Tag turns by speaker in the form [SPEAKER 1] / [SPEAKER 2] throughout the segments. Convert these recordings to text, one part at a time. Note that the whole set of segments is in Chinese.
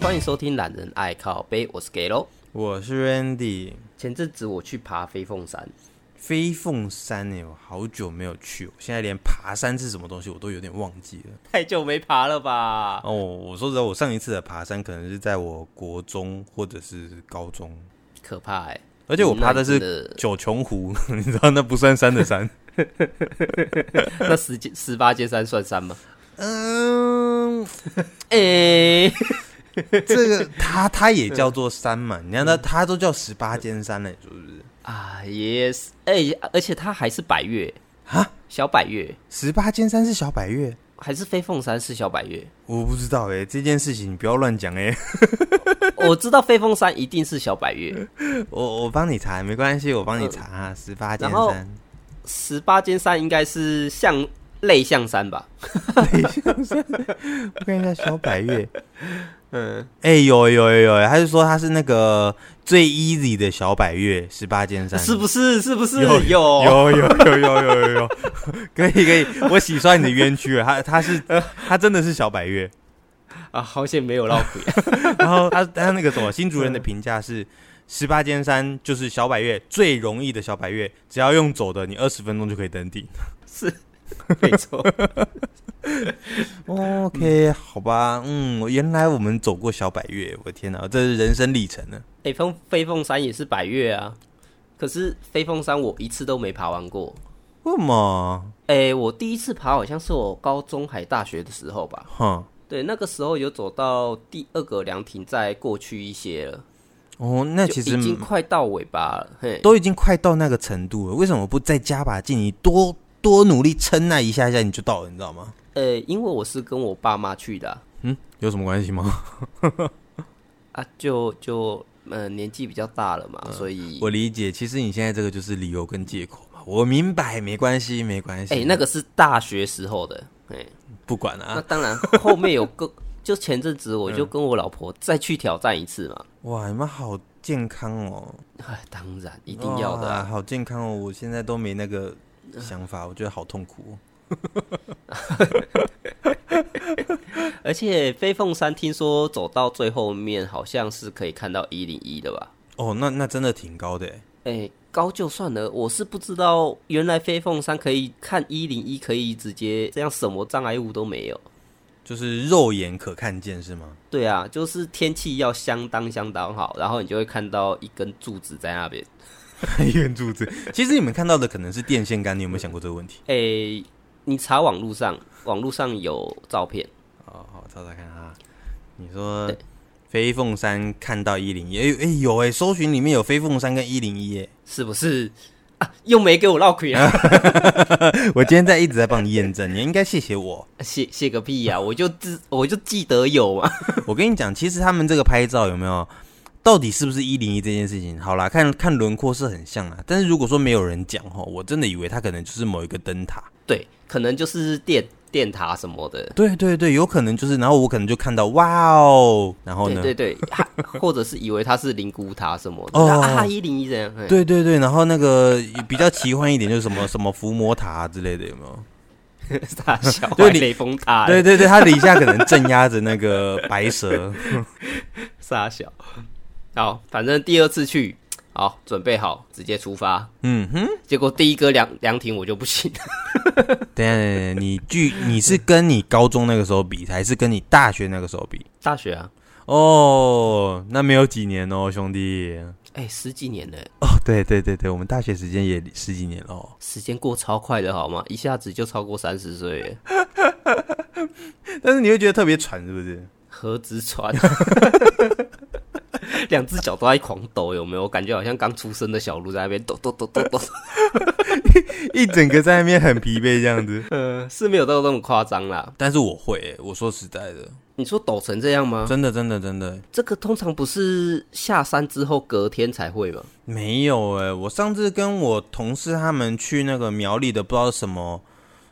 [SPEAKER 1] 欢迎收听《懒人爱靠背》，我是 g a l o
[SPEAKER 2] 我是 Randy。
[SPEAKER 1] 前阵子我去爬飞凤山，
[SPEAKER 2] 飞凤山欸呢、我好久没有去，我现在连爬山是什么东西我都有点忘记了。
[SPEAKER 1] 太久没爬了吧？
[SPEAKER 2] 哦，我说实在，我上一次的爬山可能是在我国中或者是高中，
[SPEAKER 1] 可怕哎、
[SPEAKER 2] 而且我爬的
[SPEAKER 1] 嗯那
[SPEAKER 2] 是
[SPEAKER 1] 你真的
[SPEAKER 2] 九琼湖， 你知道那不算山的山。
[SPEAKER 1] 那十阶十八阶山算山吗？
[SPEAKER 2] 嗯，哎
[SPEAKER 1] 诶、
[SPEAKER 2] 这个 嗯它它也叫做山嘛，你看它它都叫十八尖山了，你说是不是？
[SPEAKER 1] 啊，yes，诶、而且它还是百月
[SPEAKER 2] 啊，
[SPEAKER 1] 小百月，
[SPEAKER 2] 十八尖山是小百岳。
[SPEAKER 1] 还是飞凤山是小百月？
[SPEAKER 2] 我不知道哎、这件事情你不要乱讲哎，
[SPEAKER 1] 我知道飞凤山一定是小百月，
[SPEAKER 2] 我我帮你查，没关系，我帮你查啊，十八尖
[SPEAKER 1] 然后
[SPEAKER 2] 山。
[SPEAKER 1] 十八间山应该是像类象山吧？
[SPEAKER 2] 我看一下小百月，嗯， 哎、有有有有，他是说他是那个最 easy 的小百月十八尖山，
[SPEAKER 1] 是不是？是不是？
[SPEAKER 2] 有
[SPEAKER 1] 有
[SPEAKER 2] 有有有有有有 有，可以可以，我洗刷你的冤屈了。他他是他真的是小百月，
[SPEAKER 1] 啊，好险没有绕回。
[SPEAKER 2] 然后他他那个什么新主人的评价是十八尖山就是小百月最容易的小百月，只要用走的，你二十分钟就可以登顶。
[SPEAKER 1] 是，没错。
[SPEAKER 2] OK，、好吧，嗯，原来我们走过小百月，我的天哪，这是人生历程呢。
[SPEAKER 1] 北风飞凤山也是百越啊，可是飞凤山我一次都没爬完过。
[SPEAKER 2] 为什么？
[SPEAKER 1] 诶、我第一次爬好像是我高中还大学的时候吧。
[SPEAKER 2] 哼。
[SPEAKER 1] 对，那个时候有走到第二个凉亭，再过去一些了，
[SPEAKER 2] 哦，那
[SPEAKER 1] 就
[SPEAKER 2] 其实
[SPEAKER 1] 已经快到尾巴了。嘿，
[SPEAKER 2] 都已经快到那个程度了，为什么不再加把劲？你多多努力撑那一下下，你就到了，你知道吗？
[SPEAKER 1] 呃、因为我是跟我爸妈去的啊，
[SPEAKER 2] 嗯，有什么关系吗？
[SPEAKER 1] 啊就就呃年纪比较大了嘛，所以
[SPEAKER 2] 嗯我理解，其实你现在这个就是理由跟借口嘛。我明白，没关系，没关系。
[SPEAKER 1] 诶、哎那个是大学时候的，诶、
[SPEAKER 2] 不管了
[SPEAKER 1] 那
[SPEAKER 2] 啊。嗯
[SPEAKER 1] 当然后面有个，就前阵子我就跟我老婆再去挑战一次嘛。
[SPEAKER 2] 哇，你们好健康哦，
[SPEAKER 1] 哎，当然一定要的、
[SPEAKER 2] 哇
[SPEAKER 1] 啊。
[SPEAKER 2] 好健康哦。我现在都没那个想法，我觉得好痛苦、哦。
[SPEAKER 1] 而且飞凤山听说走到最后面好像是可以看到一零一的吧？
[SPEAKER 2] 哦，那那真的挺高的耶，
[SPEAKER 1] 哎、高就算了，我是不知道原来飞凤山可以看一零一，可以直接这样什么障碍物都没有。
[SPEAKER 2] 就是肉眼可看见是 吗？
[SPEAKER 1] 对啊，就是天气要相当相当好，然后你就会看到一根柱子在那边。
[SPEAKER 2] 圆柱子。其实你们看到的可能是电线杆，你有没有想过这个问题？
[SPEAKER 1] 哎、你查网络上，网络上有照片，
[SPEAKER 2] 哦，好，找找看啊。你说飞凤山看到一零一，哎哎有哎、搜寻里面有飞凤山跟一零 一哎。
[SPEAKER 1] 是不是？啊，又没给我绕开啊！
[SPEAKER 2] 我今天在一直在帮你验证，你应该谢谢我。
[SPEAKER 1] 谢谢个屁啊呀、我就自我就记得有啊。
[SPEAKER 2] 我跟你讲，其实他们这个拍照有没有，到底是不是一零一这件事情，好啦，看看轮廓是很像啊。但是如果说没有人讲吼，我真的以为它可能就是某一个灯塔。
[SPEAKER 1] 对，可能就是电电塔什么的。
[SPEAKER 2] 对对对，有可能就是，然后我可能就看到哇哦，然后
[SPEAKER 1] 对
[SPEAKER 2] 呢，
[SPEAKER 1] 对对，还或者是以为它是灵骨塔什么的。
[SPEAKER 2] 哦
[SPEAKER 1] 啊，一零一这样。嘿
[SPEAKER 2] 对对对，然后那个比较奇幻一点就是什么什么伏魔塔啊之类的，有没有？
[SPEAKER 1] 大小
[SPEAKER 2] 对
[SPEAKER 1] 还
[SPEAKER 2] 你
[SPEAKER 1] 雷欸峰塔，
[SPEAKER 2] 对对对，他底下可能镇压着那个白蛇。
[SPEAKER 1] 大小。好，反正第二次去，好准备好，直接出发。
[SPEAKER 2] 嗯哼，
[SPEAKER 1] 结果第一个凉凉亭我就不行，
[SPEAKER 2] 等一下等一下，你距你是跟你高中那个时候比，还是跟你大学那个时候比？
[SPEAKER 1] 大学啊，
[SPEAKER 2] 哦，那没有几年哦，兄弟。
[SPEAKER 1] 哎、十几年了，
[SPEAKER 2] 哦，对对对对，我们大学时间也十几年了哦。
[SPEAKER 1] 时间过超快的好吗？一下子就超过三十岁了，
[SPEAKER 2] 但是你会觉得特别喘，是不是？
[SPEAKER 1] 何止喘， 两只脚都在狂抖，有没有？我感觉好像刚出生的小鹿在那边抖抖抖抖抖。
[SPEAKER 2] 一整个在那边很疲惫这样子。
[SPEAKER 1] 呃，是没有到那么夸张啦。
[SPEAKER 2] 但是我会、我说实在的，
[SPEAKER 1] 你说抖成这样吗？
[SPEAKER 2] 真的真的真的
[SPEAKER 1] 这个通常不是下山之后隔天才会吗？
[SPEAKER 2] 没有哎、我上次跟我同事他们去那个苗栗的，不知道什么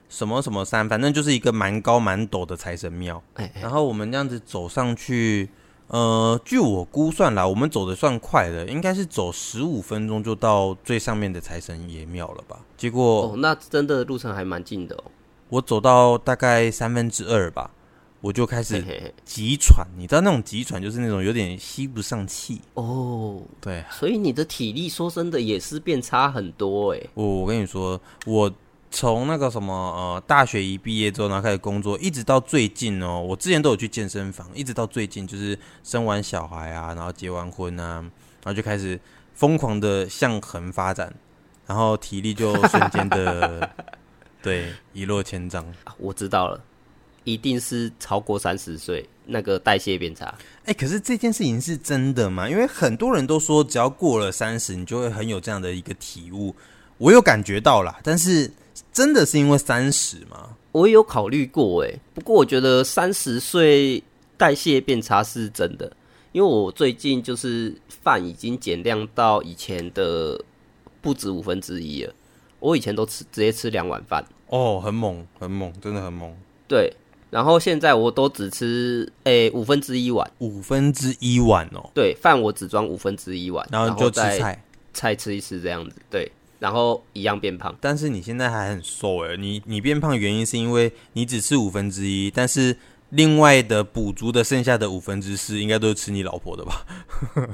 [SPEAKER 2] 什么什么山，反正就是一个蛮高蛮陡的财神庙。
[SPEAKER 1] 哎哎
[SPEAKER 2] 然后我们这样子走上去，呃，据我估算啦，我们走的算快的，应该是走十五分钟就到最上面的财神爷庙了吧？结果
[SPEAKER 1] 哦哦，那真的路程还蛮近的哦。
[SPEAKER 2] 我走到大概三分之二吧，我就开
[SPEAKER 1] 嘿
[SPEAKER 2] 始
[SPEAKER 1] 嘿嘿。
[SPEAKER 2] 急喘，你知道那种急喘就是那种有点吸不上气。
[SPEAKER 1] 哦，
[SPEAKER 2] 对，
[SPEAKER 1] 所以你的体力说真的也是变差很多哎、
[SPEAKER 2] 我我跟你说，我从那个什么呃大学一毕业之后，然后开始工作，一直到最近哦，我之前都有去健身房，一直到最近就是生完小孩啊，然后结完婚啊，然后就开始疯狂的向横发展，然后体力就瞬间的对一落千丈。
[SPEAKER 1] 啊我知道了，一定是超过三十岁那个代谢变差。
[SPEAKER 2] 哎、可是这件事情是真的吗？因为很多人都说，只要过了三十，你就会很有这样的一个体悟。我有感觉到啦，但是真的是因为三十吗？
[SPEAKER 1] 我也有考虑过哎、不过我觉得三十岁代谢变差是真的，因为我最近就是饭已经减量到以前的不止五分之一了，我以前都吃直接吃两碗饭，
[SPEAKER 2] 哦，很猛，很猛，真的很猛，
[SPEAKER 1] 对，然后现在我都只吃诶五分之一碗，
[SPEAKER 2] 五分之一碗哦，
[SPEAKER 1] 对，饭我只装五分之一碗，
[SPEAKER 2] 然后
[SPEAKER 1] 后
[SPEAKER 2] 你就吃
[SPEAKER 1] 再
[SPEAKER 2] 菜。
[SPEAKER 1] 菜吃一吃这样子，对，然后一样变胖。
[SPEAKER 2] 但是你现在还很瘦诶，你你变胖原因是因为你只吃五分之一，但是另外的补足的剩下的五分之四应该都是吃你老婆的吧？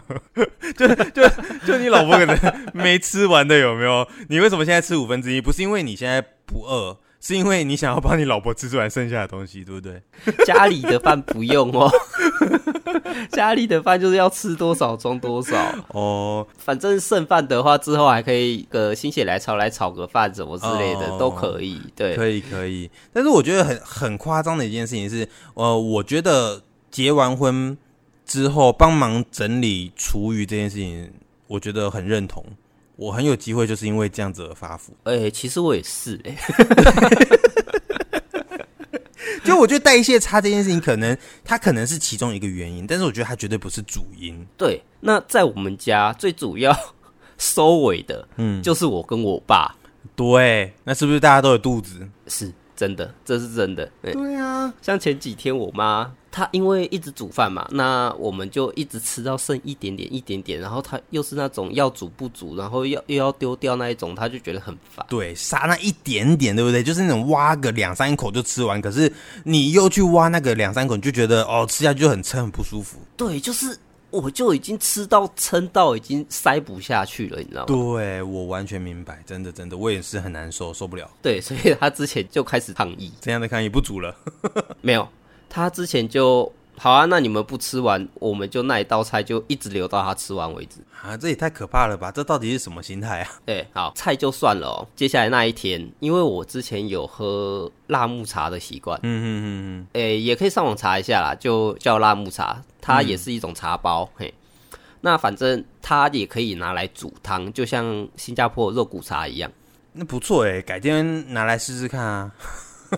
[SPEAKER 2] 就就就你老婆可能没吃完的有没有？你为什么现在吃五分之一？不是因为你现在不饿，是因为你想要帮你老婆吃出来剩下的东西，对不对？
[SPEAKER 1] 家里的饭不用哦， 家里的饭就是要吃多少装多少，
[SPEAKER 2] 哦，
[SPEAKER 1] 反正剩饭的话之后还可以呃心血来潮来炒个饭什么之类的、
[SPEAKER 2] 哦
[SPEAKER 1] 都可以。对，
[SPEAKER 2] 可以可以，但是我觉得很很夸张的一件事情是，呃，我觉得结完婚之后帮忙整理厨余这件事情，我觉得很认同。我很有机会就是因为这样子而发 福，
[SPEAKER 1] 哎、其实我也是、哎，
[SPEAKER 2] 就我觉得代谢差这件事情，可能它可能是其中一个原因，但是我觉得它绝对不是主因。
[SPEAKER 1] 对。那在我们家最主要收尾的，
[SPEAKER 2] 嗯，
[SPEAKER 1] 就是我跟我爸，
[SPEAKER 2] 对，啊那是不是大家都有肚子？
[SPEAKER 1] 是真的，这是真的。哎
[SPEAKER 2] 对啊，
[SPEAKER 1] 像前几天我妈，她因为一直煮饭嘛，那我们就一直吃到剩一点点一点点，然后她又是那种要煮不煮，然后要又要丢掉那一种，她就觉得很烦。
[SPEAKER 2] 对，杀那一点点，对不对？就是那种挖个两三口就吃完，可是你又去挖那个两三口，你就觉得哦，吃下去就很撑，很不舒服。
[SPEAKER 1] 对，就是我就已经吃到撑到已经塞不下去了，你知道吗？
[SPEAKER 2] 对我完全明白，真的真的，我也是很难受，受不了
[SPEAKER 1] 对，所以她之前就开始抗议，
[SPEAKER 2] 这样的抗议不足了。
[SPEAKER 1] 没有，她之前就好啊，那你们不吃完，我们就那一道菜就一直留到她吃完为止。
[SPEAKER 2] 啊，这也太可怕了吧！这到底是什么心态啊？
[SPEAKER 1] 对，好，菜就算了哦。接下来那一天，因为我之前有喝辣木茶的习惯，
[SPEAKER 2] 嗯嗯嗯
[SPEAKER 1] 诶、也可以上网查一下啦，就叫辣木茶，它也是一种茶包，嘿。那反正它也可以拿来煮汤，就像新加坡的肉骨茶一样，
[SPEAKER 2] 嗯，那不错哎，改天拿来试试看啊！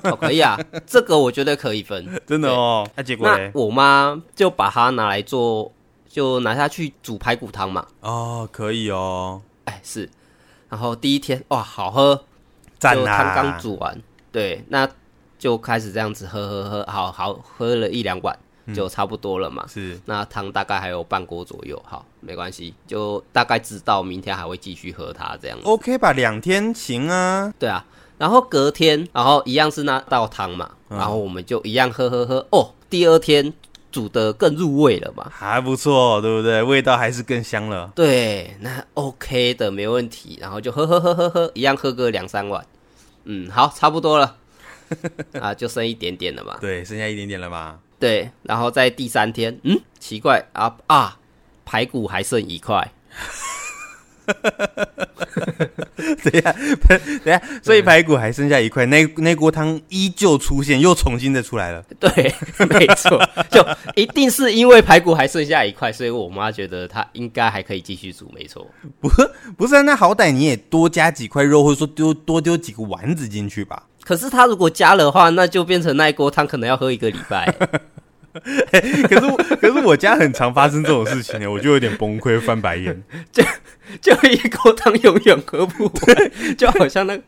[SPEAKER 1] 哦、可以啊，这个我觉得可以分。
[SPEAKER 2] 真的哦，那、结果
[SPEAKER 1] 那
[SPEAKER 2] 嘞？
[SPEAKER 1] 我妈就把它拿来做，就拿下去煮排骨汤嘛，
[SPEAKER 2] 哦，可以哦，
[SPEAKER 1] 哎是。然后第一天哇，好喝，
[SPEAKER 2] 赞啊
[SPEAKER 1] 就
[SPEAKER 2] 啦！
[SPEAKER 1] 汤刚煮完，对，那就开始这样子喝喝喝，好好喝了一两碗就差不多了嘛。
[SPEAKER 2] 是
[SPEAKER 1] 那汤大概还有半锅左右，好，没关系，就大概知道明天还会继续喝它这样。
[SPEAKER 2] OK 吧？两天行啊，
[SPEAKER 1] 对啊，然后隔天，然后一样是那道汤嘛，然后我们就一样喝喝喝，哦，第二天煮的更入味了嘛。
[SPEAKER 2] 还不错，对不对？味道还是更香了。
[SPEAKER 1] 对，那 OK 的，没问题。然后就喝喝喝喝喝，一样喝个两三碗，嗯，好，差不多了，啊，就剩一点点了嘛。
[SPEAKER 2] 对，剩下一点点了 吧？
[SPEAKER 1] 对，然后在第三天，嗯，奇怪啊啊，排骨还剩一块，
[SPEAKER 2] 等一下，所以排骨还剩下一块，那那锅汤依旧出现，又重新的出来了。
[SPEAKER 1] 对，没错，就一定是因为排骨还剩下一块，所以我妈觉得她应该还可以继续煮，没错。
[SPEAKER 2] 不不是、啊，那好歹你也多加几块肉，或者说丢多丢几个丸子进去吧。
[SPEAKER 1] 可是她如果加了的话，那就变成那一锅汤可能要喝一个礼拜。
[SPEAKER 2] 可是我可是我家很常发生这种事情呢，我就有点崩溃，翻白眼。
[SPEAKER 1] 就一锅汤永远喝不完，就好像那，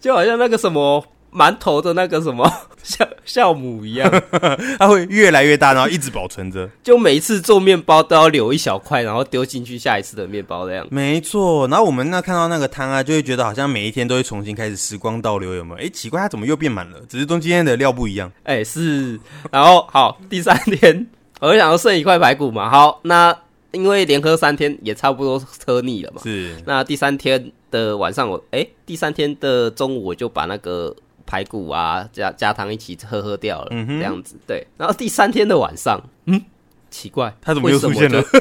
[SPEAKER 1] 就好像那个什么馒头的那个什么酵酵母一样，
[SPEAKER 2] 它会越来越大，然后一直保存着。
[SPEAKER 1] 就每一次做面包都要留一小块，然后丢进去下一次的面包这样。
[SPEAKER 2] 没错，然后我们那看到那个汤啊，就会觉得好像每一天都会重新开始时光倒流，有没有？哎，奇怪，它怎么又变满了？只是中间的料不一样。
[SPEAKER 1] 哎、是，然后好，第三天我就想要剩一块排骨嘛，好，那因为连喝三天也差不多喝腻了嘛，
[SPEAKER 2] 是，
[SPEAKER 1] 那第三天的晚上我，哎、第三天的中午我就把那个排骨啊加加汤一起喝喝掉了，
[SPEAKER 2] 嗯哼
[SPEAKER 1] 这样子对。然后第三天的晚上，嗯，奇怪，
[SPEAKER 2] 它怎么又出现了
[SPEAKER 1] 为什么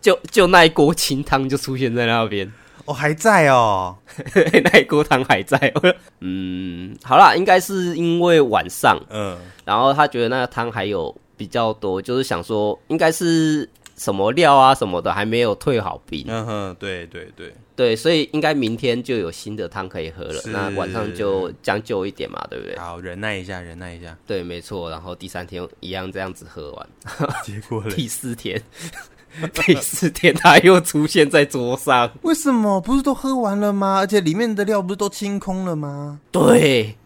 [SPEAKER 1] 就？就 就那一锅清汤就出现在那边，
[SPEAKER 2] 哦，还在哦。
[SPEAKER 1] 那一锅汤还在。 我说嗯，好啦，应该是因为晚上，
[SPEAKER 2] 嗯，
[SPEAKER 1] 然后他觉得那个汤还有比较多，就是想说应该是什么料啊什么的还没有退好冰，
[SPEAKER 2] 嗯哼，对对对，
[SPEAKER 1] 对，所以应该明天就有新的汤可以喝了。
[SPEAKER 2] 是
[SPEAKER 1] 那晚上就将就一点嘛，对不对？
[SPEAKER 2] 好，忍耐一下，忍耐一下。
[SPEAKER 1] 对，没错。然后第三天一样这样子喝完，
[SPEAKER 2] 结果嘞？
[SPEAKER 1] 第四天， 第四天他又出现在桌上。
[SPEAKER 2] 为什么不是都喝完了吗？而且里面的料不是都清空了吗？
[SPEAKER 1] 对，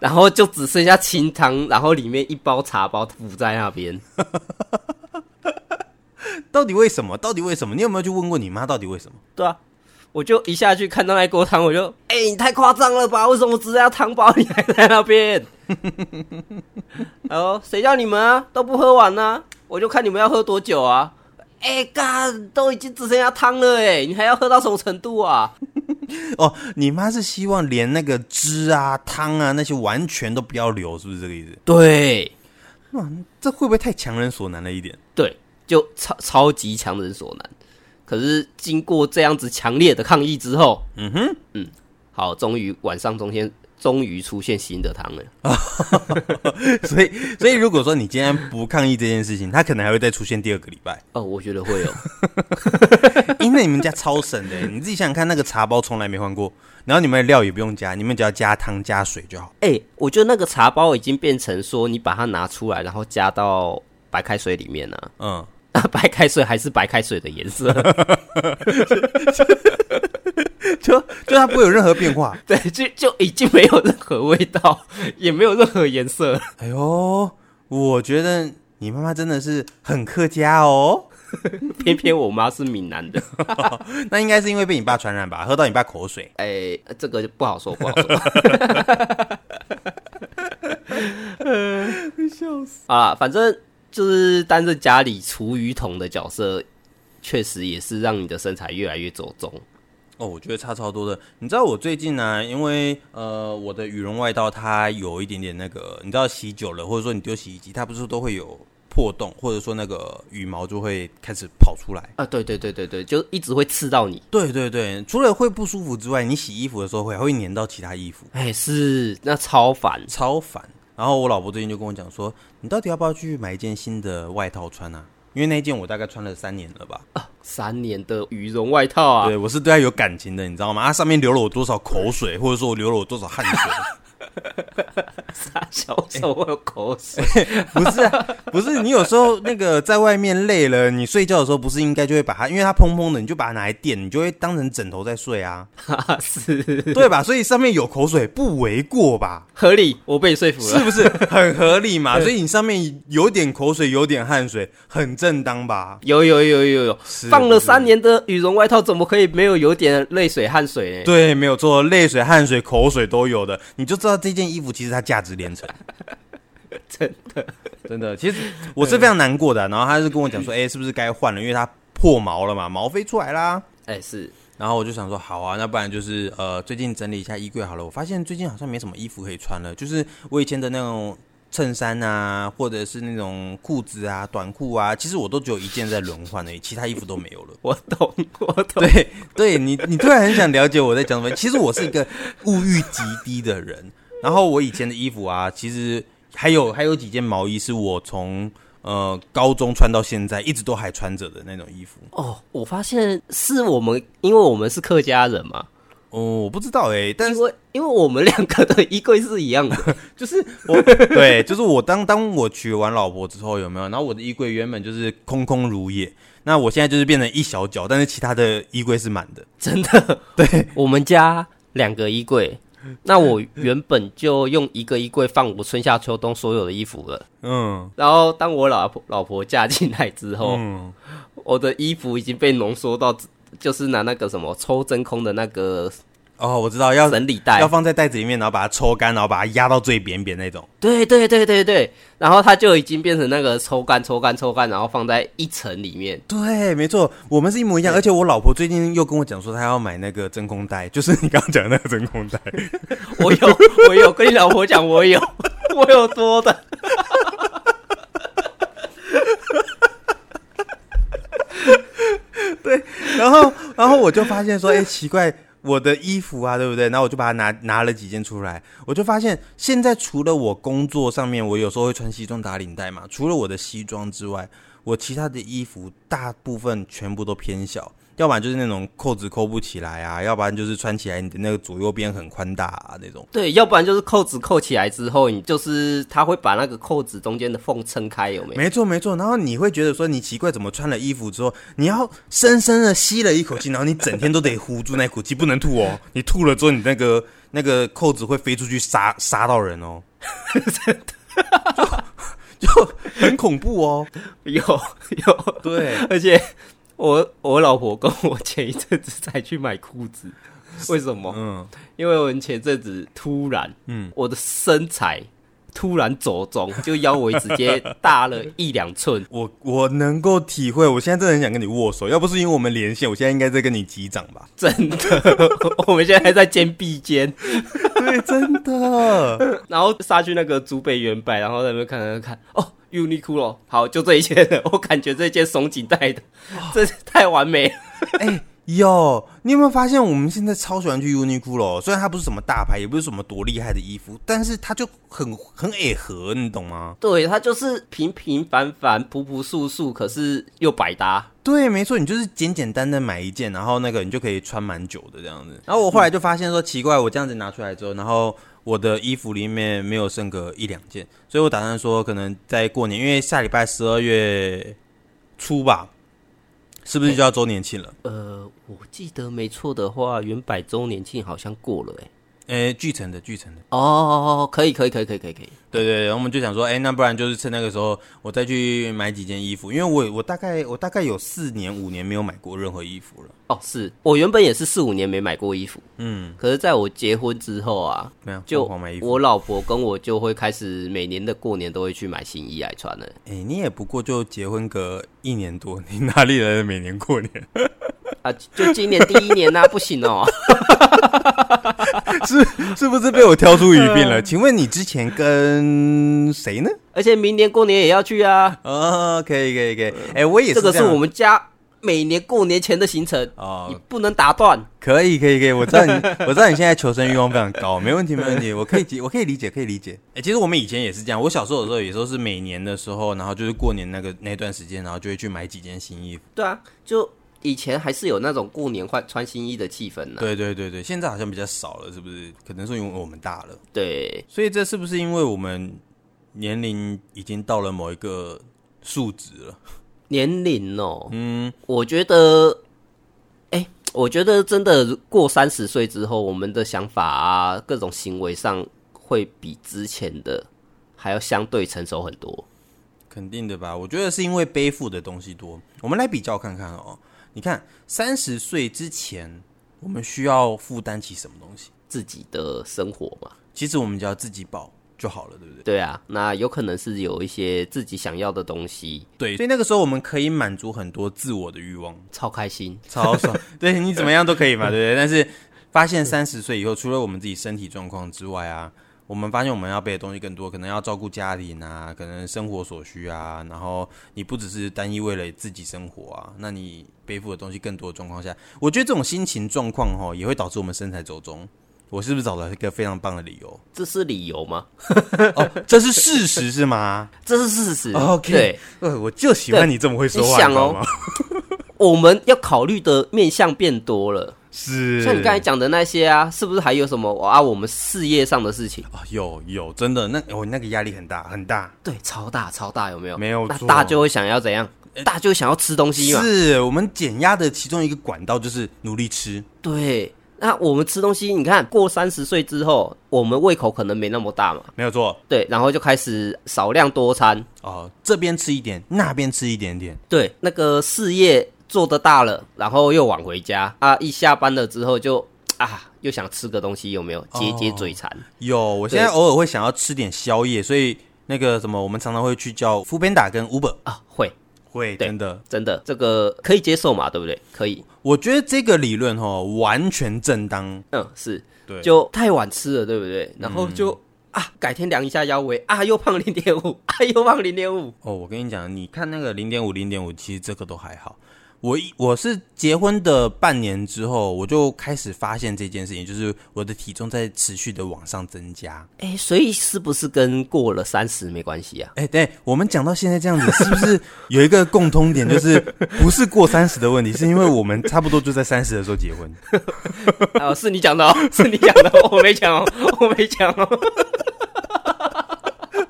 [SPEAKER 1] 然后就只剩下清汤，然后里面一包茶包浮在那边。
[SPEAKER 2] 到底为什么？到底为什么？你有没有去问过你妈到底为什么？
[SPEAKER 1] 对啊，我就一下去看到那锅汤，我就，哎、你太夸张了吧？为什么只剩下汤包，你还在那 边？然后谁叫你们啊，都不喝完呢、我就看你们要喝多久啊？哎、干，都已经只剩下汤了、哎，你还要喝到什么程度啊？
[SPEAKER 2] 哦，你妈是希望连那个汁啊、汤啊那些完全都不要留，是不是这个意思？
[SPEAKER 1] 对
[SPEAKER 2] 哇，这会不会太强人所难了一点？
[SPEAKER 1] 对，就超超级强人所难。可是经过这样子强烈的抗议之后，嗯哼，嗯，好，终于晚上中间终于出现新的汤了。
[SPEAKER 2] 所以，所以如果说你今天不抗议这件事情，它可能还会再出现第二个礼拜，
[SPEAKER 1] 哦，我觉得会有。
[SPEAKER 2] 因为你们家超省的，欸你自己想想看，那个茶包从来没换过，然后你们的料也不用加，你们只要加汤加水就好。
[SPEAKER 1] 哎、我觉得那个茶包已经变成说，你把它拿出来，然后加到白开水里面了、
[SPEAKER 2] 嗯，
[SPEAKER 1] 啊。 白开水还是白开水的颜色，
[SPEAKER 2] 就就它不会有任何变化。
[SPEAKER 1] 对，就就已经没有任何味道， 也没有任何颜色。
[SPEAKER 2] 哎呦，我觉得你妈妈真的是很客家哦。
[SPEAKER 1] 偏偏我妈是闽南的，
[SPEAKER 2] 那应该是因为被你爸传染吧，喝到你爸口水。
[SPEAKER 1] 哎、这个就不好说，不 好说。
[SPEAKER 2] 笑死！
[SPEAKER 1] 啊，反正就是担任家里厨余桶的角色，确实也是让你的身材越来越走中。
[SPEAKER 2] 哦，我觉得差超多的。你知道我最近呢、因为呃我的羽绒外套它有一点点那个，你知道洗久了，或者说你丢洗衣机，它不是都会有破洞，或者说那个羽毛就会开始跑出来。
[SPEAKER 1] 啊，对对对对对，就一直会刺到你。
[SPEAKER 2] 对对对，除了会不舒服之外，你洗衣服的时候会还会粘到其他衣服，
[SPEAKER 1] 哎、是，那超烦。
[SPEAKER 2] 超烦。然后我老婆最近就跟我讲说，你到底要不要去买一件新的外套穿啊？因为那件我大概穿了三年了吧。
[SPEAKER 1] 三年的羽绒外套啊，
[SPEAKER 2] 对，我是对他有感情的，你知道吗？他啊上面流了我多少口水，或者说我流了我多少汗 水？
[SPEAKER 1] 大小手我有口水。
[SPEAKER 2] 不是、啊，不是，你有时候那个在外面累了，你睡觉的时候不是应该就会把它，因为它蓬蓬的，你就把它拿来垫，你就会当成枕头在睡啊，
[SPEAKER 1] 哈， 是
[SPEAKER 2] 对吧？所以上面有口水不为过 吧？
[SPEAKER 1] 合理，我被你说服
[SPEAKER 2] 是
[SPEAKER 1] 了。
[SPEAKER 2] 不是很合理嘛？所以你上面有点口水，有点汗水，很正当吧？
[SPEAKER 1] 有有有有有，
[SPEAKER 2] 是
[SPEAKER 1] 放了
[SPEAKER 2] 不是
[SPEAKER 1] 三年的羽绒外套，怎么可以没有有点泪水汗水呢？
[SPEAKER 2] 对，没有错，泪水、汗水、口水都有的，你就知道这件衣服其实它价值连城。
[SPEAKER 1] 真
[SPEAKER 2] 的， 真的，其实我是非常难过的啊、然后他就跟我讲说，哎、是不是该换了？因为它破毛了嘛，毛飞出来啦。
[SPEAKER 1] 哎、是
[SPEAKER 2] 然后我就想说，好啊，那不然就是呃，最近整理一下衣柜好了。我发现最近好像没什么衣服可以穿了，就是我以前的那种衬衫啊，或者是那种裤子啊、短裤啊，其实我都只有一件在轮换而已，其他衣服都没有了。
[SPEAKER 1] 我懂，我懂。
[SPEAKER 2] 对，对你，你突然很想了解我在讲什么。其实我是一个物欲极低的人，然后我以前的衣服啊，其实还有还有几件毛衣是我从呃高中穿到现在，一直都还穿着的那种衣服。
[SPEAKER 1] 哦，我发现是我们，因为我们是客家人嘛，
[SPEAKER 2] 哦，我不知道哎、但
[SPEAKER 1] 因
[SPEAKER 2] 是
[SPEAKER 1] 为因为我们两个的衣柜是一样的，
[SPEAKER 2] 就是我对，就是我当当我娶完老婆之后，有没有？然后我的衣柜原本就是空空如也，那我现在就是变成一小角，但是其他的衣柜是满的。
[SPEAKER 1] 真的。
[SPEAKER 2] 对，
[SPEAKER 1] 我们家两个衣柜，那我原本就用一个衣柜放我春夏秋冬所有的衣服了。
[SPEAKER 2] 嗯
[SPEAKER 1] 然后当我老婆老婆嫁进来之后，
[SPEAKER 2] 嗯，
[SPEAKER 1] 我的衣服已经被浓缩到只，就是拿那个什么抽真空的那个
[SPEAKER 2] 哦，我知道要
[SPEAKER 1] 整理袋
[SPEAKER 2] 要，放在袋子里面，然后把它抽干，然后把它压到最扁扁那种。
[SPEAKER 1] 对对对对对，然后它就已经变成那个抽干抽干抽干，然后放在一层里面。
[SPEAKER 2] 对，没错，我们是一模一样。而且我老婆最近又跟我讲说，她要买那个真空袋，就是你刚刚讲的那个真空袋。
[SPEAKER 1] 我有， 我有跟你老婆讲，我有， 我有多的。
[SPEAKER 2] 然后，然后我就发现说，哎、奇怪，我的衣服啊，对不对？然后我就把它拿拿了几件出来，我就发现现在除了我工作上面，我有时候会穿西装打领带嘛，除了我的西装之外，我其他的衣服大部分全部都偏小，要不然就是那种扣子扣不起来啊，要不然就是穿起来你的那个左右边很宽大啊那种。
[SPEAKER 1] 对，要不然就是扣子扣起来之后，你就是它会把那个扣子中间的缝撑开，有没有？
[SPEAKER 2] 没错没错，然后你会觉得说你奇怪，怎么穿了衣服之后，你要深深的吸了一口气，然后你整天都得呼住那口气，不能吐 哦。你吐了之后，你那个那个扣子会飞出去杀杀到人哦，真的就就很恐怖哦。
[SPEAKER 1] 有有，
[SPEAKER 2] 对，
[SPEAKER 1] 而且我我老婆跟我前一阵子才去买裤子，为什么？
[SPEAKER 2] 嗯
[SPEAKER 1] 因为我们前阵子突然，
[SPEAKER 2] 嗯。
[SPEAKER 1] 嗯，我的身材突然走中，就腰围直接大了一两寸
[SPEAKER 2] 我我能够体会，我现在真的很想跟你握手，要不是因为我们连线，我现在应该在跟你击掌吧？
[SPEAKER 1] 真的， 我们现在还在肩并肩，
[SPEAKER 2] 对，真的，
[SPEAKER 1] 然后杀去那个竹北原版，然后在那边看看看，哦，Uniqlo，好，就这一件了。我感觉这件松紧带的，这太完美了。
[SPEAKER 2] 哎、有，你有没有发现我们现在超喜欢去 Uniqlo？虽然它不是什么大牌，也不是什么多厉害的衣服，但是它就很很矮合，你懂吗？
[SPEAKER 1] 对，它就是平平凡凡、朴朴素素，可是又百搭。
[SPEAKER 2] 对，没错，你就是简简单单买一件，然后那个你就可以穿蛮久的这样子。然后我后来就发现说，奇怪，我这样子拿出来之后，然后我的衣服里面没有剩个一两件，所以我打算说，可能在过年，因为下礼拜十二月初吧，是不是就要周年庆了？
[SPEAKER 1] 呃，我记得没错的话，原百周年庆好像过了、欸，
[SPEAKER 2] 诶、巨城的，巨城的。
[SPEAKER 1] 哦，可以，可以，可以，可以，可以，可以。
[SPEAKER 2] 对对，对我们就想说，哎，那不然就是趁那个时候，我再去买几件衣服，因为我我大概我大概有四年五年没有买过任何衣服了。
[SPEAKER 1] 哦，是我原本也是四五年没买过衣服，
[SPEAKER 2] 嗯，
[SPEAKER 1] 可是在我结婚之后啊，
[SPEAKER 2] 没有，
[SPEAKER 1] 就
[SPEAKER 2] 疯狂买衣服。
[SPEAKER 1] 我老婆跟我就会开始每年的过年都会去买新衣来穿了。
[SPEAKER 2] 哎，你也不过就结婚个一年多，你哪里来的每年过年？
[SPEAKER 1] 啊，就今年第一年呐、不行哦、
[SPEAKER 2] 是是不是被我挑出语病了？请问你之前跟谁呢？
[SPEAKER 1] 而且明年过年也要去啊，
[SPEAKER 2] 哦，可以可以可以，哎，我也是
[SPEAKER 1] 这个是
[SPEAKER 2] 样
[SPEAKER 1] 我们家每年过年前的行程，你
[SPEAKER 2] 哦，
[SPEAKER 1] 不能打断。
[SPEAKER 2] 可以可以可以，我知道你， 我知道你现在求生欲望非常高，没问题没问题，我可以理我可以理解可以理解。哎、其实我们以前也是这样，我小时候的时候也都是每年的时候，然后就是过年那个那段时间，然后就会去买几件新衣服。
[SPEAKER 1] 对啊，就以前还是有那种过年换穿新衣的气氛呢、
[SPEAKER 2] 对对对对，现在好像比较少了，是不是？可能是因为我们大了，
[SPEAKER 1] 对，
[SPEAKER 2] 所以这是不是因为我们年龄已经到了某一个数值了？
[SPEAKER 1] 年龄哦、
[SPEAKER 2] 嗯，
[SPEAKER 1] 我觉得，哎、我觉得真的过三十岁之后，我们的想法啊，各种行为上会比之前的还要相对成熟很多。
[SPEAKER 2] 肯定的吧？我觉得是因为背负的东西多。我们来比较看看哦，你看三十岁之前，我们需要负担起什么东西？
[SPEAKER 1] 自己的生活嘛，
[SPEAKER 2] 其实我们只要自己保就好了，对不对？
[SPEAKER 1] 对啊，那有可能是有一些自己想要的东西，
[SPEAKER 2] 对，所以那个时候我们可以满足很多自我的欲望，
[SPEAKER 1] 超开心。
[SPEAKER 2] 超爽。 对你怎么样都可以嘛，对 不对？但是发现三十岁以后，除了我们自己身体状况之外啊，我们发现我们要背的东西更多，可能要照顾家庭啊，可能生活所需啊，然后你不只是单一为了自己生活啊，那你背负的东西更多的状况下，我觉得这种心情状况哦，也会导致我们身材走中。我是不是找了一个非常棒的理由？
[SPEAKER 1] 这是理由吗？
[SPEAKER 2] 哦，这是事实是吗？
[SPEAKER 1] 这是事实。
[SPEAKER 2] OK
[SPEAKER 1] 对，
[SPEAKER 2] 呃，我就喜欢你这么会说话，
[SPEAKER 1] 你想
[SPEAKER 2] 知道
[SPEAKER 1] 哦
[SPEAKER 2] 吗？
[SPEAKER 1] 我们要考虑的面向变多了，
[SPEAKER 2] 是，
[SPEAKER 1] 像你刚才讲的那些啊，是不是还有什么啊？我们事业上的事情，
[SPEAKER 2] 啊，有有，真的，那我、那个压力很大很大。
[SPEAKER 1] 对，超大超大，有没有？
[SPEAKER 2] 没有
[SPEAKER 1] 那
[SPEAKER 2] 错呃
[SPEAKER 1] 大就会想要怎样？大就会想要吃东西嘛。
[SPEAKER 2] 是我们减压的其中一个管道就是努力吃，
[SPEAKER 1] 对，那我们吃东西，你看过三十岁之后，我们胃口可能没那么大嘛，
[SPEAKER 2] 没有错
[SPEAKER 1] 对，然后就开始少量多餐，
[SPEAKER 2] 哦、这边吃一点，那边吃一点点，
[SPEAKER 1] 对，那个事业做得大了，然后又晚回家啊，一下班了之后就啊，又想吃个东西，有没有解解嘴馋？
[SPEAKER 2] 有，我现在偶尔会想要吃点宵夜，所以那个什么，我们常常会去叫 f o o p a n d a 跟 Uber，
[SPEAKER 1] 啊，会，
[SPEAKER 2] 会
[SPEAKER 1] 对
[SPEAKER 2] 真的。
[SPEAKER 1] 真的，这个可以接受嘛，对不对？可以，
[SPEAKER 2] 我觉得这个理论哈完全正当，
[SPEAKER 1] 嗯，是，
[SPEAKER 2] 对，
[SPEAKER 1] 就太晚吃了，对不对？然后就、啊，改天量一下腰围啊， 又胖零点五啊，又胖零点五，
[SPEAKER 2] 哦，我跟你讲，你看那个零点五零点五，其实这个都还好。我一我是结婚的半年之后，我就开始发现这件事情，就是我的体重在持续的往上增加。
[SPEAKER 1] 哎，所以是不是跟过了三十没关系啊？
[SPEAKER 2] 哎、对，我们讲到现在这样子，是不是有一个共通点，就是不是过三十的问题，是因为我们差不多就在三十的时候结婚。
[SPEAKER 1] 啊，是你讲 的、哦，是你讲的哦、我没讲哦，我没讲哦。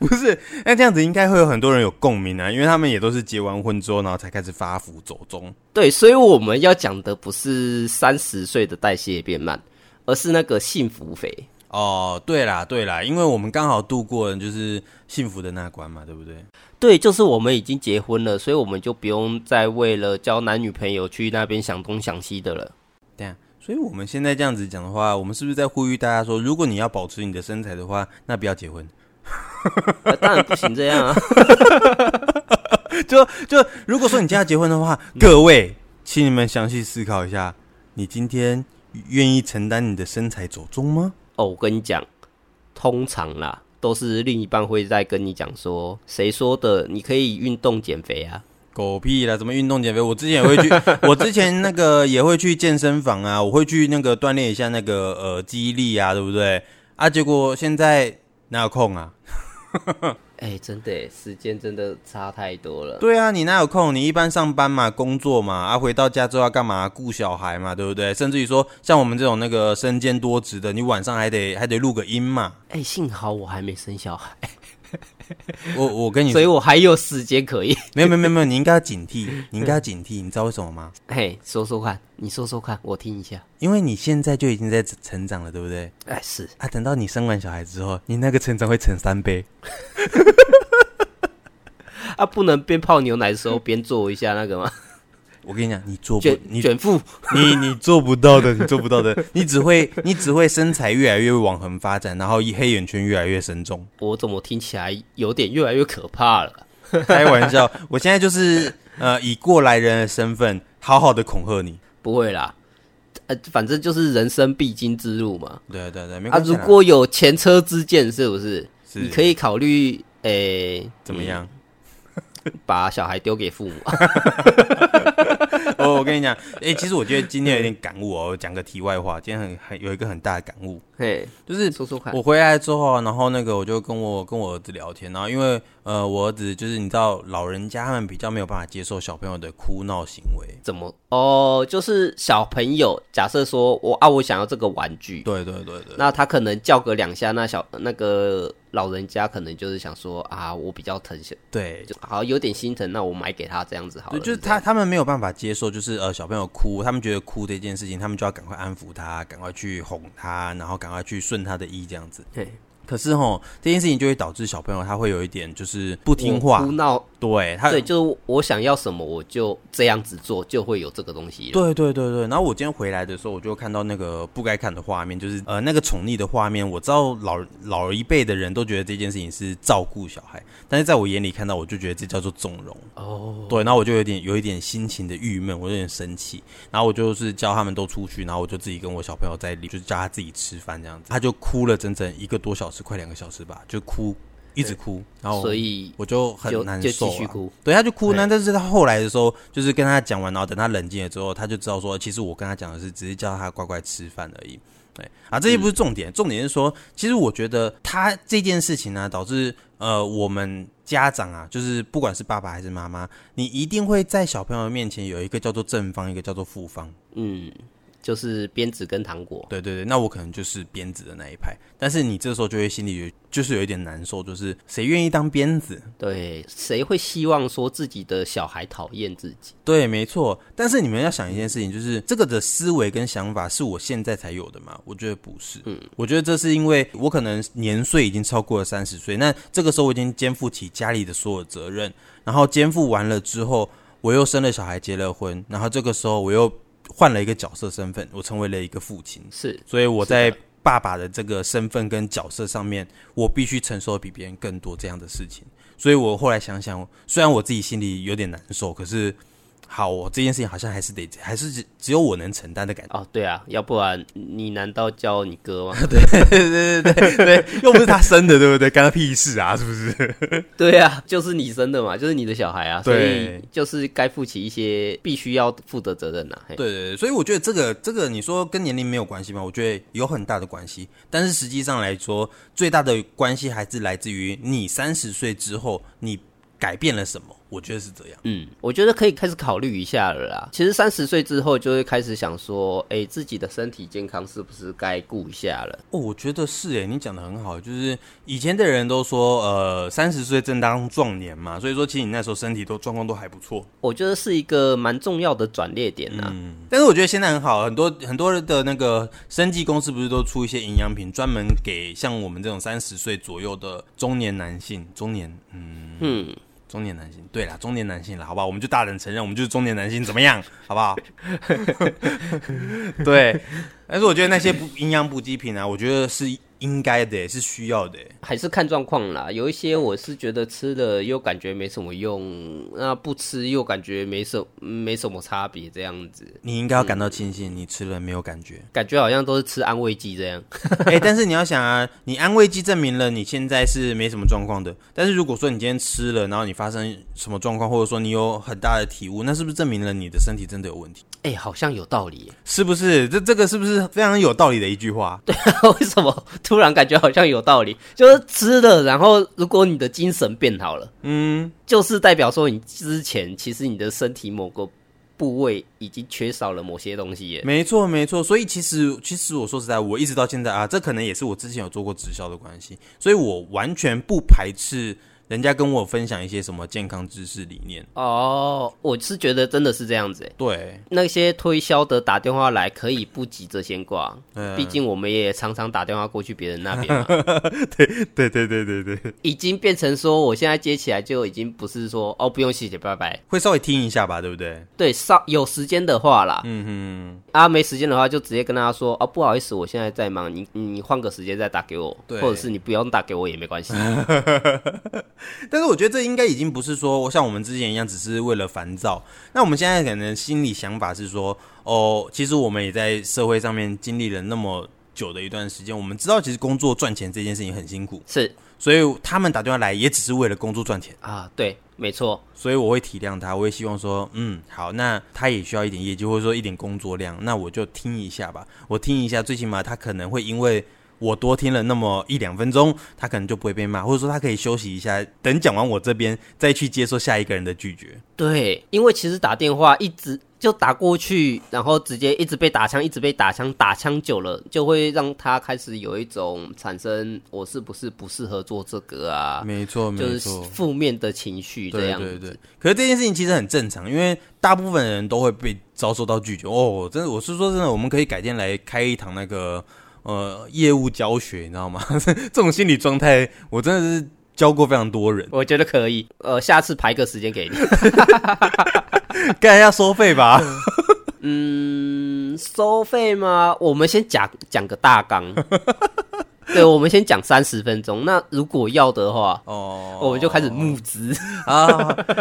[SPEAKER 2] 不是，那这样子应该会有很多人有共鸣啊，因为他们也都是结完婚之后，然后才开始发福走中。
[SPEAKER 1] 对，所以我们要讲的不是三十岁的代谢变慢，而是那个幸福肥。
[SPEAKER 2] 哦，对啦，对啦，因为我们刚好度过了就是幸福的那关嘛，对不对？
[SPEAKER 1] 对，就是我们已经结婚了，所以我们就不用再为了交男女朋友去那边想东想西的了。
[SPEAKER 2] 对啊，所以我们现在这样子讲的话，我们是不是在呼吁大家说，如果你要保持你的身材的话，那不要结婚？
[SPEAKER 1] 啊当然不行这样啊！
[SPEAKER 2] 就就如果说你今天要结婚的话，各位，请你们详细思考一下，你今天愿意承担你的身材走中吗？
[SPEAKER 1] 哦，我跟你讲，通常啦，都是另一半会在跟你讲说，谁说的？你可以运动减肥啊。
[SPEAKER 2] 狗屁啦！怎么运动减肥？我之前也会去，我之前那个也会去健身房啊，我会去那个锻炼一下那个呃肌力啊，对不对？啊，结果现在哪有空啊？
[SPEAKER 1] 哎、真的耶，时间真的差太多了。
[SPEAKER 2] 对啊，你哪有空？你一般上班嘛，工作嘛，啊，回到家之后要干嘛？顾小孩嘛，对不对？甚至于说，像我们这种那个身兼多职的，你晚上还得还得录个音嘛。
[SPEAKER 1] 哎、幸好我还没生小孩，
[SPEAKER 2] 我我跟你
[SPEAKER 1] 所
[SPEAKER 2] 说
[SPEAKER 1] 以，我还有时间可以。
[SPEAKER 2] 没有没有没有没有，你应该要警惕，你应该要警惕，你知道为什么吗？
[SPEAKER 1] 嘿，说说看，你说说看，我听一下。
[SPEAKER 2] 因为你现在就已经在成长了，对不对？
[SPEAKER 1] 哎，是
[SPEAKER 2] 啊，等到你生完小孩之后，你那个成长会乘三倍。
[SPEAKER 1] 啊，不能边泡牛奶的 时候边做一下那个吗？
[SPEAKER 2] 我跟你讲，你做不
[SPEAKER 1] 卷，
[SPEAKER 2] 你
[SPEAKER 1] 卷腹，
[SPEAKER 2] 你你做不到的，你做不到的，你只会你只会身材越来越往横发展，然后一黑眼圈越来越深重。
[SPEAKER 1] 我怎么听起来有点越来越可怕了？
[SPEAKER 2] 开玩笑，我现在就是呃以过来人的身份，好好的恐吓你。
[SPEAKER 1] 不会啦，呃，反正就是人生必经之路嘛。
[SPEAKER 2] 对啊对啊对啊，没
[SPEAKER 1] 啊，
[SPEAKER 2] 关系
[SPEAKER 1] 如
[SPEAKER 2] 啦。
[SPEAKER 1] 果有前车之鉴，是不是？
[SPEAKER 2] 是
[SPEAKER 1] 你可以考虑，诶、
[SPEAKER 2] 怎么样？
[SPEAKER 1] 嗯把小孩丢给 父母。
[SPEAKER 2] 哦，我跟你讲，哎、其实我觉得今天有点感悟哦。我讲个题外话，今天很很有一个很大的感悟，
[SPEAKER 1] 嘿，
[SPEAKER 2] 就是
[SPEAKER 1] 说说看。
[SPEAKER 2] 我回来之后啊，然后那个我就跟我跟我儿子聊天，然后因为呃我儿子就是你知道老人家他们比较没有办法接受小朋友的哭闹行为，
[SPEAKER 1] 怎么？哦，就是小朋友，假设说我啊，我想要这个玩具，
[SPEAKER 2] 对对对对，
[SPEAKER 1] 那他可能叫个两下，那小那个老人家可能就是想说啊，我比较疼小，
[SPEAKER 2] 对。
[SPEAKER 1] 就好有点心疼，那我买给他这样子好
[SPEAKER 2] 对，
[SPEAKER 1] 了。
[SPEAKER 2] 就是他，他们没有办法接受，就是呃，小朋友哭，他们觉得哭这件事情，他们就要赶快安抚他，赶快去哄他，然后赶快去顺他的意这样子。
[SPEAKER 1] 对，
[SPEAKER 2] 可是吼，这件事情就会导致小朋友他会有一点就是不听
[SPEAKER 1] 我
[SPEAKER 2] 话啊
[SPEAKER 1] 哭，闹，
[SPEAKER 2] 对他，
[SPEAKER 1] 对，就是我想要什么我就这样子做，就会有这个东西了。
[SPEAKER 2] 对对对对，然后我今天回来的时候，我就看到那个不该看的画面，就是呃那个宠溺的画面。我知道老老一辈的人都觉得这件事情是照顾小孩，但是在我眼里看到，我就觉得这叫做纵容。
[SPEAKER 1] 哦，
[SPEAKER 2] 对，然后我就有点有一点心情的郁闷，我有点生气，然后我就是叫他们都出去，然后我就自己跟我小朋友在里，就是叫他自己吃饭这样子，他就哭了整整一个多小时，快两个小时吧，就哭一直哭，然后
[SPEAKER 1] 所以
[SPEAKER 2] 哦我就很
[SPEAKER 1] 就
[SPEAKER 2] 难
[SPEAKER 1] 就
[SPEAKER 2] 受、
[SPEAKER 1] 继
[SPEAKER 2] 啊，
[SPEAKER 1] 续哭。
[SPEAKER 2] 对，他就哭。
[SPEAKER 1] 对
[SPEAKER 2] 那但是他后来的时候，就是跟他讲完，然后等他冷静了之后，他就知道说，其实我跟他讲的是，只是叫他乖乖吃饭而已。对啊，这些不是重点，重点是说，其实我觉得他这件事情呢、导致呃，我们家长啊，就是不管是爸爸还是妈妈，你一定会在小朋友面前有一个叫做正方，一个叫做负方。
[SPEAKER 1] 嗯，就是鞭子跟糖果。
[SPEAKER 2] 对对对，那我可能就是鞭子的那一派。但是你这时候就会心里有就是有一点难受，就是谁愿意当鞭子？
[SPEAKER 1] 对，谁会希望说自己的小孩讨厌自己？
[SPEAKER 2] 对，没错。但是你们要想一件事情，就是这个的思维跟想法是我现在才有的吗？我觉得不是。嗯，我觉得这是因为我可能年岁已经超过了三十岁，那这个时候我已经肩负起家里的所有责任，然后肩负完了之后，我又生了小孩，结了婚，然后这个时候我又换了一个角色身份，我成为了一个父亲，
[SPEAKER 1] 是
[SPEAKER 2] 所以我
[SPEAKER 1] 是的
[SPEAKER 2] 在爸爸的这个身份跟角色上面，我必须承受比别人更多这样的事情。所以我后来想想，虽然我自己心里有点难受，可是好，我这件事情好像还是得，还是只只有我能承担的 感觉。
[SPEAKER 1] 哦，对啊，要不然你难道叫你哥吗？
[SPEAKER 2] 对对对对，又不是他生的，对不对？ 干他屁事啊，是不是？
[SPEAKER 1] 对啊，就是你生的嘛，就是你的小孩啊，所以
[SPEAKER 2] 对
[SPEAKER 1] 就是该负起一些必须要负的责任呐、啊。对，
[SPEAKER 2] 对对对，所以我觉得这个这个，你说跟年龄没有关系吗？我觉得有很大的关系，但是实际上来说，最大的关系还是来自于你三十岁之后你改变了什么。我觉得是这样。
[SPEAKER 1] 嗯，我觉得可以开始考虑一下了啦。其实三十岁之后就会开始想说，哎、自己的身体健康是不是该顾一下了？
[SPEAKER 2] 哦，我觉得是诶，你讲的很好，就是以前的人都说，呃，三十岁正当壮年嘛，所以说其实你那时候身体都状况都还不错。
[SPEAKER 1] 我觉得是一个蛮重要的转捩点啊呐、
[SPEAKER 2] 嗯，但是我觉得现在很好，很多很多的那个生技公司不是都出一些营养品，专门给像我们这种三十岁左右的中年男性，中年，嗯
[SPEAKER 1] 嗯，
[SPEAKER 2] 中年男性，对啦，中年男性啦，好不好？我们就大胆承认，我们就是中年男性，怎么样？好不好？ 对，但是我觉得那些不营养补给品啊，我觉得是应该的，欸是需要的。
[SPEAKER 1] 还是看状况啦。有一些我是觉得吃了又感觉没什么用，那不吃又感觉没什没什么差别，这样子
[SPEAKER 2] 你应该要感到庆幸，你吃了没有感觉。
[SPEAKER 1] 感觉好像都是吃安慰剂这样。
[SPEAKER 2] 哎、但是你要想啊，你安慰剂证明了你现在是没什么状况的。但是如果说你今天吃了，然后你发生什么状况，或者说你有很大的体悟，那是不是证明了你的身体真的有问题？
[SPEAKER 1] 哎、好像有道理耶。
[SPEAKER 2] 是不是？这这个是不是非常有道理的一句话？对，
[SPEAKER 1] 为什么突然感觉好像有道理？就是吃了，然后如果你的精神变好了，
[SPEAKER 2] 嗯，
[SPEAKER 1] 就是代表说你之前其实你的身体某个部位已经缺少了某些东西耶。
[SPEAKER 2] 没错没错。所以其实其实我说实在，我一直到现在啊，这可能也是我之前有做过直销的关系，所以我完全不排斥人家跟我分享一些什么健康知识理念。
[SPEAKER 1] 哦，我是觉得真的是这样子耶。
[SPEAKER 2] 对，
[SPEAKER 1] 那些推销的打电话来，可以不急着先挂，毕竟我们也常常打电话过去别人那边嘛，
[SPEAKER 2] 对对对对对，
[SPEAKER 1] 已经变成说我现在接起来就已经不是说哦不用谢谢拜拜，
[SPEAKER 2] 会稍微听一下吧，对不对？
[SPEAKER 1] 对，稍有时间的话啦，
[SPEAKER 2] 嗯哼。
[SPEAKER 1] 啊，没时间的话就直接跟他说哦，不好意思，我现在在忙，你你换个时间再打给我，
[SPEAKER 2] 对
[SPEAKER 1] 或者是你不用打给我也没关系。
[SPEAKER 2] 但是我觉得这应该已经不是说像我们之前一样，只是为了烦躁。那我们现在可能心里想法是说，哦，其实我们也在社会上面经历了那么久的一段时间，我们知道其实工作赚钱这件事情很辛苦，
[SPEAKER 1] 是
[SPEAKER 2] 所以他们打电话来也只是为了工作赚钱。
[SPEAKER 1] 啊，对，没错，
[SPEAKER 2] 所以我会体谅他，我会希望说，嗯，好，那他也需要一点业绩，或者说一点工作量，那我就听一下吧，我听一下，最起码他可能会因为我多听了那么一两分钟，他可能就不会被骂，或者说他可以休息一下，等讲完我这边再去接受下一个人的拒绝。
[SPEAKER 1] 对，因为其实打电话一直就打过去，然后直接一直被打枪，一直被打枪，打枪久了就会让他开始有一种产生我是不是不适合做这个啊，
[SPEAKER 2] 嗯没错，
[SPEAKER 1] 就是负面的情绪这
[SPEAKER 2] 对
[SPEAKER 1] 样子。
[SPEAKER 2] 对对，可是这件事情其实很正常，因为大部分人都会被遭受到拒绝。哦，真的，我是说真的，我们可以改天来开一堂那个呃业务教学，你知道吗？ 这种心理状态，我真的是教过非常多人。
[SPEAKER 1] 我觉得可以，呃，下次排个时间给你。
[SPEAKER 2] 该要收 费吧？
[SPEAKER 1] 嗯，收费吗？我们先讲讲个大 纲。对，我们先讲三十分钟。那如果要的话，
[SPEAKER 2] 哦，
[SPEAKER 1] 我们就开始募 资。
[SPEAKER 2] 啊，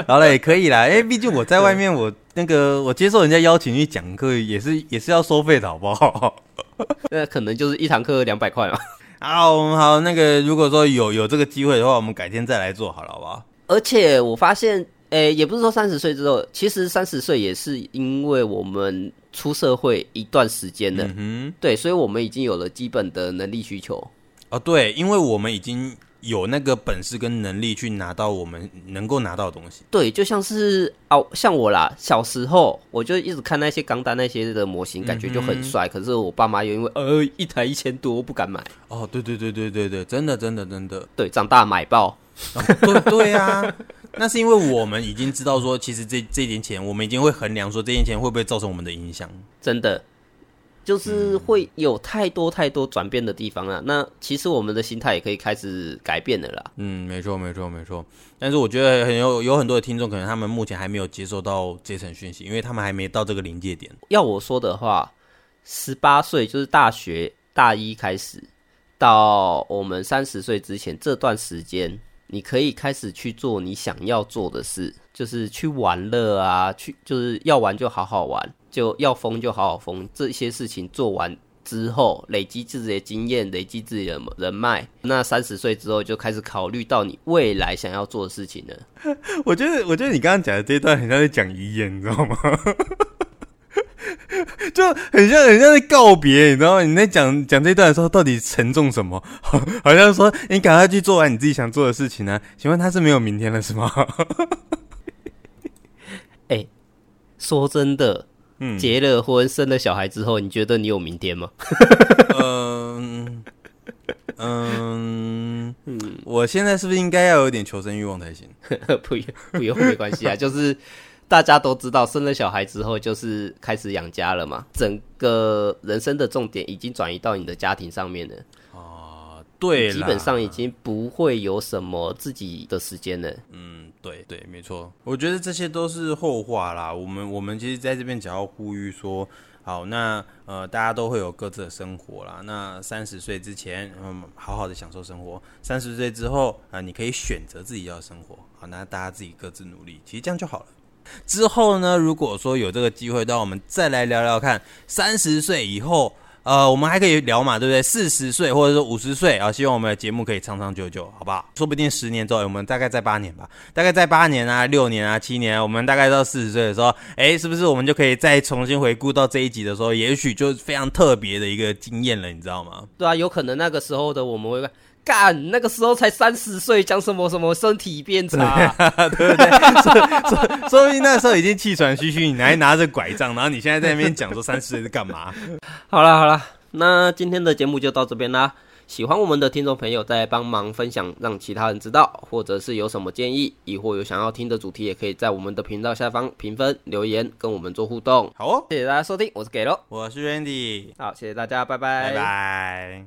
[SPEAKER 2] 好了，也可以啦。哎、毕竟我在外面，我那个我接受人家邀请去讲课，也是也是要收费的，好不好？
[SPEAKER 1] 那可能就是一堂课两百块嘛。
[SPEAKER 2] 啊，我们好，那个如果说有有这个机会的话，我们改天再来做好了，好不好？
[SPEAKER 1] 而且我发现，诶、也不是说三十岁之后，其实三十岁也是因为我们出社会一段时间了，
[SPEAKER 2] 嗯哼。
[SPEAKER 1] 对，所以我们已经有了基本的能力需求。
[SPEAKER 2] 哦，对，因为我们已经有那个本事跟能力去拿到我们能够拿到的东西。
[SPEAKER 1] 对，就像是啊，像我啦，小时候我就一直看那些钢弹那些的模型，感觉就很帅。可是我爸妈又因为呃一台一千多不敢买，
[SPEAKER 2] 哦，对对对对对对，真的真的真的，
[SPEAKER 1] 对，长大买爆。
[SPEAKER 2] 哦对对啊，那是因为我们已经知道说，其实这这一点钱，我们已经会衡量说这一点钱会不会造成我们的影响。
[SPEAKER 1] 真的就是会有太多太多转变的地方啊。那其实我们的心态也可以开始改变了啦。
[SPEAKER 2] 嗯，没错没错没错。但是我觉得很有有很多的听众，可能他们目前还没有接受到这层讯息，因为他们还没到这个临界点。
[SPEAKER 1] 要我说的话，十八岁就是大学大一开始，到我们三十岁之前这段时间，你可以开始去做你想要做的事，就是去玩乐啊，去就是要玩就好好玩，就要疯就好好疯，这些事情做完。之后累积自己的经验，累积自己的人脉，那三十岁之后就开始考虑到你未来想要做的事情了。
[SPEAKER 2] 我觉得，我觉得你刚刚讲的这一段很像在讲遗言，你知道吗？ 就很像很像在告别，你知道吗？你在讲讲这一段的时候，到底沉重什么？ 好，好像说你赶快去做完你自己想做的事情呢、请问他是没有明天了是吗？
[SPEAKER 1] 说真的，
[SPEAKER 2] 嗯
[SPEAKER 1] 结了婚、生了小孩之后，你觉得你有明天吗？
[SPEAKER 2] 嗯嗯，我现在是不是应该要有点求生欲望才行？
[SPEAKER 1] 不用不用没关系啊，就是大家都知道，生了小孩之后就是开始养家了嘛，整个人生的重点已经转移到你的家庭上面了，
[SPEAKER 2] 啊、对啦，
[SPEAKER 1] 基本上已经不会有什么自己的时间了。
[SPEAKER 2] 嗯，对对，没错，我觉得这些都是后话啦。我们我们其实在这边只要呼吁说，好，那呃，大家都会有各自的生活啦。那三十岁之前，嗯，好好的享受生活；三十岁之后啊、你可以选择自己要的生活。好，那大家自己各自努力，其实这样就好了。之后呢，如果说有这个机会，让我们再来聊聊看，三十岁以后。呃，我们还可以聊嘛，对不对？四十岁或者说五十岁啊，希望我们的节目可以长长久久，好不好？说不定十年之后，我们大概在八年吧，大概在八年啊、六年啊、七年啊，我们大概到四十岁的时候，哎，是不是我们就可以再重新回顾到这一集的时候，也许就非常特别的一个经验了，你知道吗？
[SPEAKER 1] 对啊，有可能那个时候的我们会干，那个时候才三十岁，讲什么什么身体变 差，
[SPEAKER 2] 说不定那时候已经气喘吁吁，你还拿着拐杖，然后你现在在那边讲说三十岁是干嘛？
[SPEAKER 1] 好啦好啦，那今天的节目就到这边啦。喜欢我们的听众朋友，再帮忙分享，让其他人知道，或者是有什么建议，亦或有想要听的主题，也可以在我们的频道下方评分、留言，跟我们做互动。
[SPEAKER 2] 好哦，
[SPEAKER 1] 谢谢大家收听，我是给喽，
[SPEAKER 2] 我是 Randy，
[SPEAKER 1] 好，谢谢大家，
[SPEAKER 2] 拜拜